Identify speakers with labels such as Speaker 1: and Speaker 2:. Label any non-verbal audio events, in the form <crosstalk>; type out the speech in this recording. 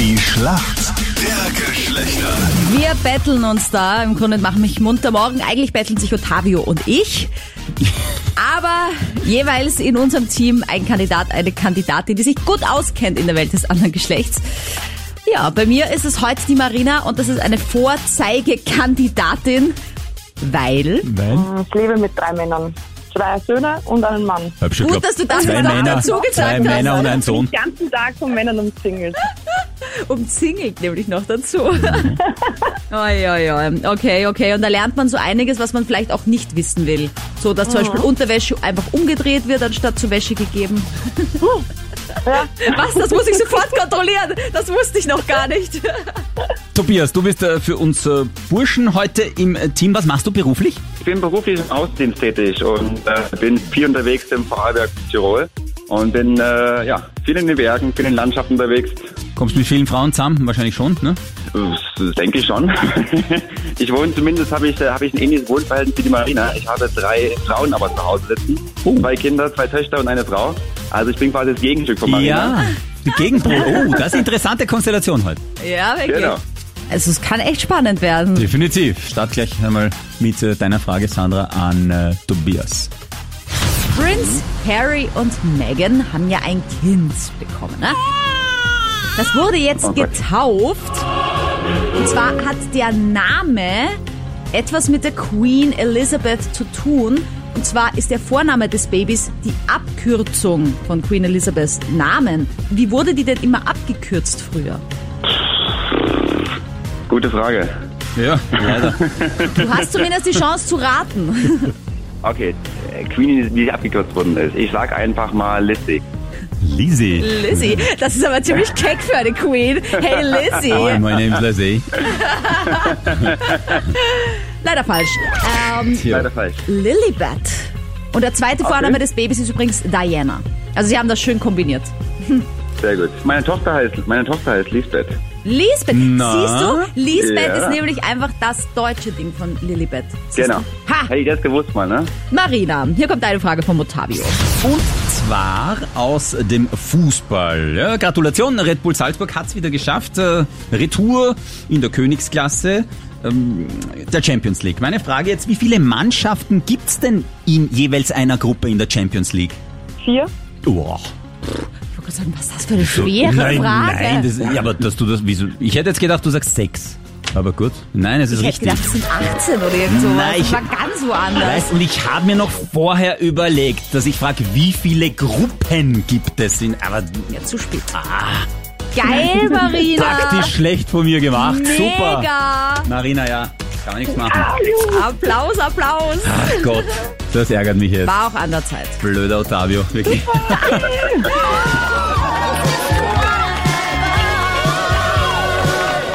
Speaker 1: Schlacht der Geschlechter.
Speaker 2: Wir betteln uns da. Im Grunde machen mich munter morgen. Eigentlich betteln sich Ottavio und ich. Aber jeweils in unserem Team ein Kandidat, eine Kandidatin, die sich gut auskennt in der Welt des anderen Geschlechts. Ja, bei mir ist es heute die Marina und das ist eine Vorzeigekandidatin, weil.
Speaker 3: Nein?
Speaker 4: Ich lebe mit drei Männern. Zwei Söhne und einen Mann. Also,
Speaker 3: Hab schon
Speaker 2: Gut,
Speaker 3: geglaubt.
Speaker 2: dass du das
Speaker 3: zwei
Speaker 2: noch
Speaker 3: Männer,
Speaker 2: dazu gesagt
Speaker 3: zwei
Speaker 2: hast.
Speaker 3: Männer und ein Sohn.
Speaker 4: Den ganzen Tag von Männern umzingelt.
Speaker 2: umzingelt um nämlich noch dazu. <laughs> oi, oi, oi. Okay, okay. Und da lernt man so einiges, was man vielleicht auch nicht wissen will. So, dass zum Beispiel Unterwäsche einfach umgedreht wird, anstatt zur Wäsche gegeben. Was? Das muss ich sofort kontrollieren. Das wusste ich noch gar nicht. <laughs>
Speaker 3: Tobias, du bist äh, für uns äh, Burschen heute im äh, Team. Was machst du beruflich?
Speaker 5: Ich bin beruflich im Außendienst tätig und äh, bin viel unterwegs im Vorarlberg Tirol und bin äh, ja, viel in den Bergen, viel in Landschaften unterwegs.
Speaker 3: Kommst mit vielen Frauen zusammen? Wahrscheinlich schon, ne?
Speaker 5: Das denke ich schon. <laughs> ich wohne zumindest, habe ich, äh, habe ich ein ähnliches Wohnverhältnis wie die Marina. Ich habe drei Frauen aber zu Hause sitzen.
Speaker 3: Oh.
Speaker 5: Zwei Kinder, zwei Töchter und eine Frau. Also ich bin quasi das Gegenstück von
Speaker 3: Ja.
Speaker 5: Marina.
Speaker 3: Die Gegenpol. <laughs> Oh, das ist eine interessante Konstellation heute.
Speaker 2: Ja, wirklich.
Speaker 5: Genau.
Speaker 2: Also es kann echt spannend werden.
Speaker 3: Definitiv. Start gleich einmal mit äh, deiner Frage, Sandra, an äh, Tobias.
Speaker 2: Prince Harry und Meghan haben ja ein Kind bekommen. Ne? Das wurde jetzt
Speaker 5: Oh Gott.
Speaker 2: getauft. Und zwar hat der Name etwas mit der Queen Elizabeth zu tun. Und zwar ist der Vorname des Babys die Abkürzung von Queen Elizabeths Namen. Wie wurde die denn immer abgekürzt früher?
Speaker 5: Gute Frage.
Speaker 3: Ja, leider.
Speaker 2: Du hast zumindest die Chance zu raten.
Speaker 5: Okay, äh, Queen, die abgekürzt worden ist. Ich sag einfach mal Lissy.
Speaker 3: Lizzie.
Speaker 2: Lizzie, das ist aber ziemlich keck für eine Queen. Hey
Speaker 3: Hi,
Speaker 2: Lizzie.
Speaker 3: my name is Lizzie.
Speaker 2: Leider falsch. Ähm,
Speaker 5: Leider falsch.
Speaker 2: Lilibet. Und der zweite Vorname des Babys ist übrigens Diana. Also sie haben das schön kombiniert.
Speaker 5: Sehr gut. Meine Tochter heißt, meine Tochter heißt Lisbeth.
Speaker 2: Lisbeth,
Speaker 3: Na?
Speaker 2: siehst du? Lisbeth
Speaker 5: Ja.
Speaker 2: ist nämlich einfach das deutsche Ding von Lilibet. Siehst
Speaker 5: Genau.
Speaker 2: Du? Ha,
Speaker 5: Hätte ich das gewusst mal, ne?
Speaker 2: Marina, hier kommt eine Frage von Motavio.
Speaker 3: Und zwar aus dem Fußball. Ja, Gratulation, Red Bull Salzburg hat's wieder geschafft. Äh, Retour in der Königsklasse ähm, der Champions League. Meine Frage jetzt, wie viele Mannschaften gibt's denn in jeweils einer Gruppe in der Champions League?
Speaker 4: Vier?
Speaker 3: Boah.
Speaker 2: Ich wollte gerade sagen, was ist das für eine schwere
Speaker 3: nein,
Speaker 2: Frage?
Speaker 3: Nein, das, ja, aber dass du das, wieso, ich hätte jetzt gedacht, du sagst sechs. Aber gut. Nein, es ist
Speaker 2: ich hätte
Speaker 3: richtig.
Speaker 2: gedacht, es sind 18 oder irgend sowas.
Speaker 3: Nein,
Speaker 2: das
Speaker 3: ich-
Speaker 2: war ganz woanders.
Speaker 3: Weißt, und ich habe mir noch vorher überlegt, dass ich frage, wie viele Gruppen gibt es in, aber
Speaker 2: Ja, zu spät.
Speaker 3: Ah.
Speaker 2: Geil, Marina.
Speaker 3: taktisch schlecht von mir gemacht. Super.
Speaker 2: Mega.
Speaker 3: Marina, ja, kann man nichts machen.
Speaker 2: Applaus, Applaus.
Speaker 3: Ach Gott, das ärgert mich jetzt.
Speaker 2: War auch an der Zeit.
Speaker 3: Blöder Ottavio, wirklich.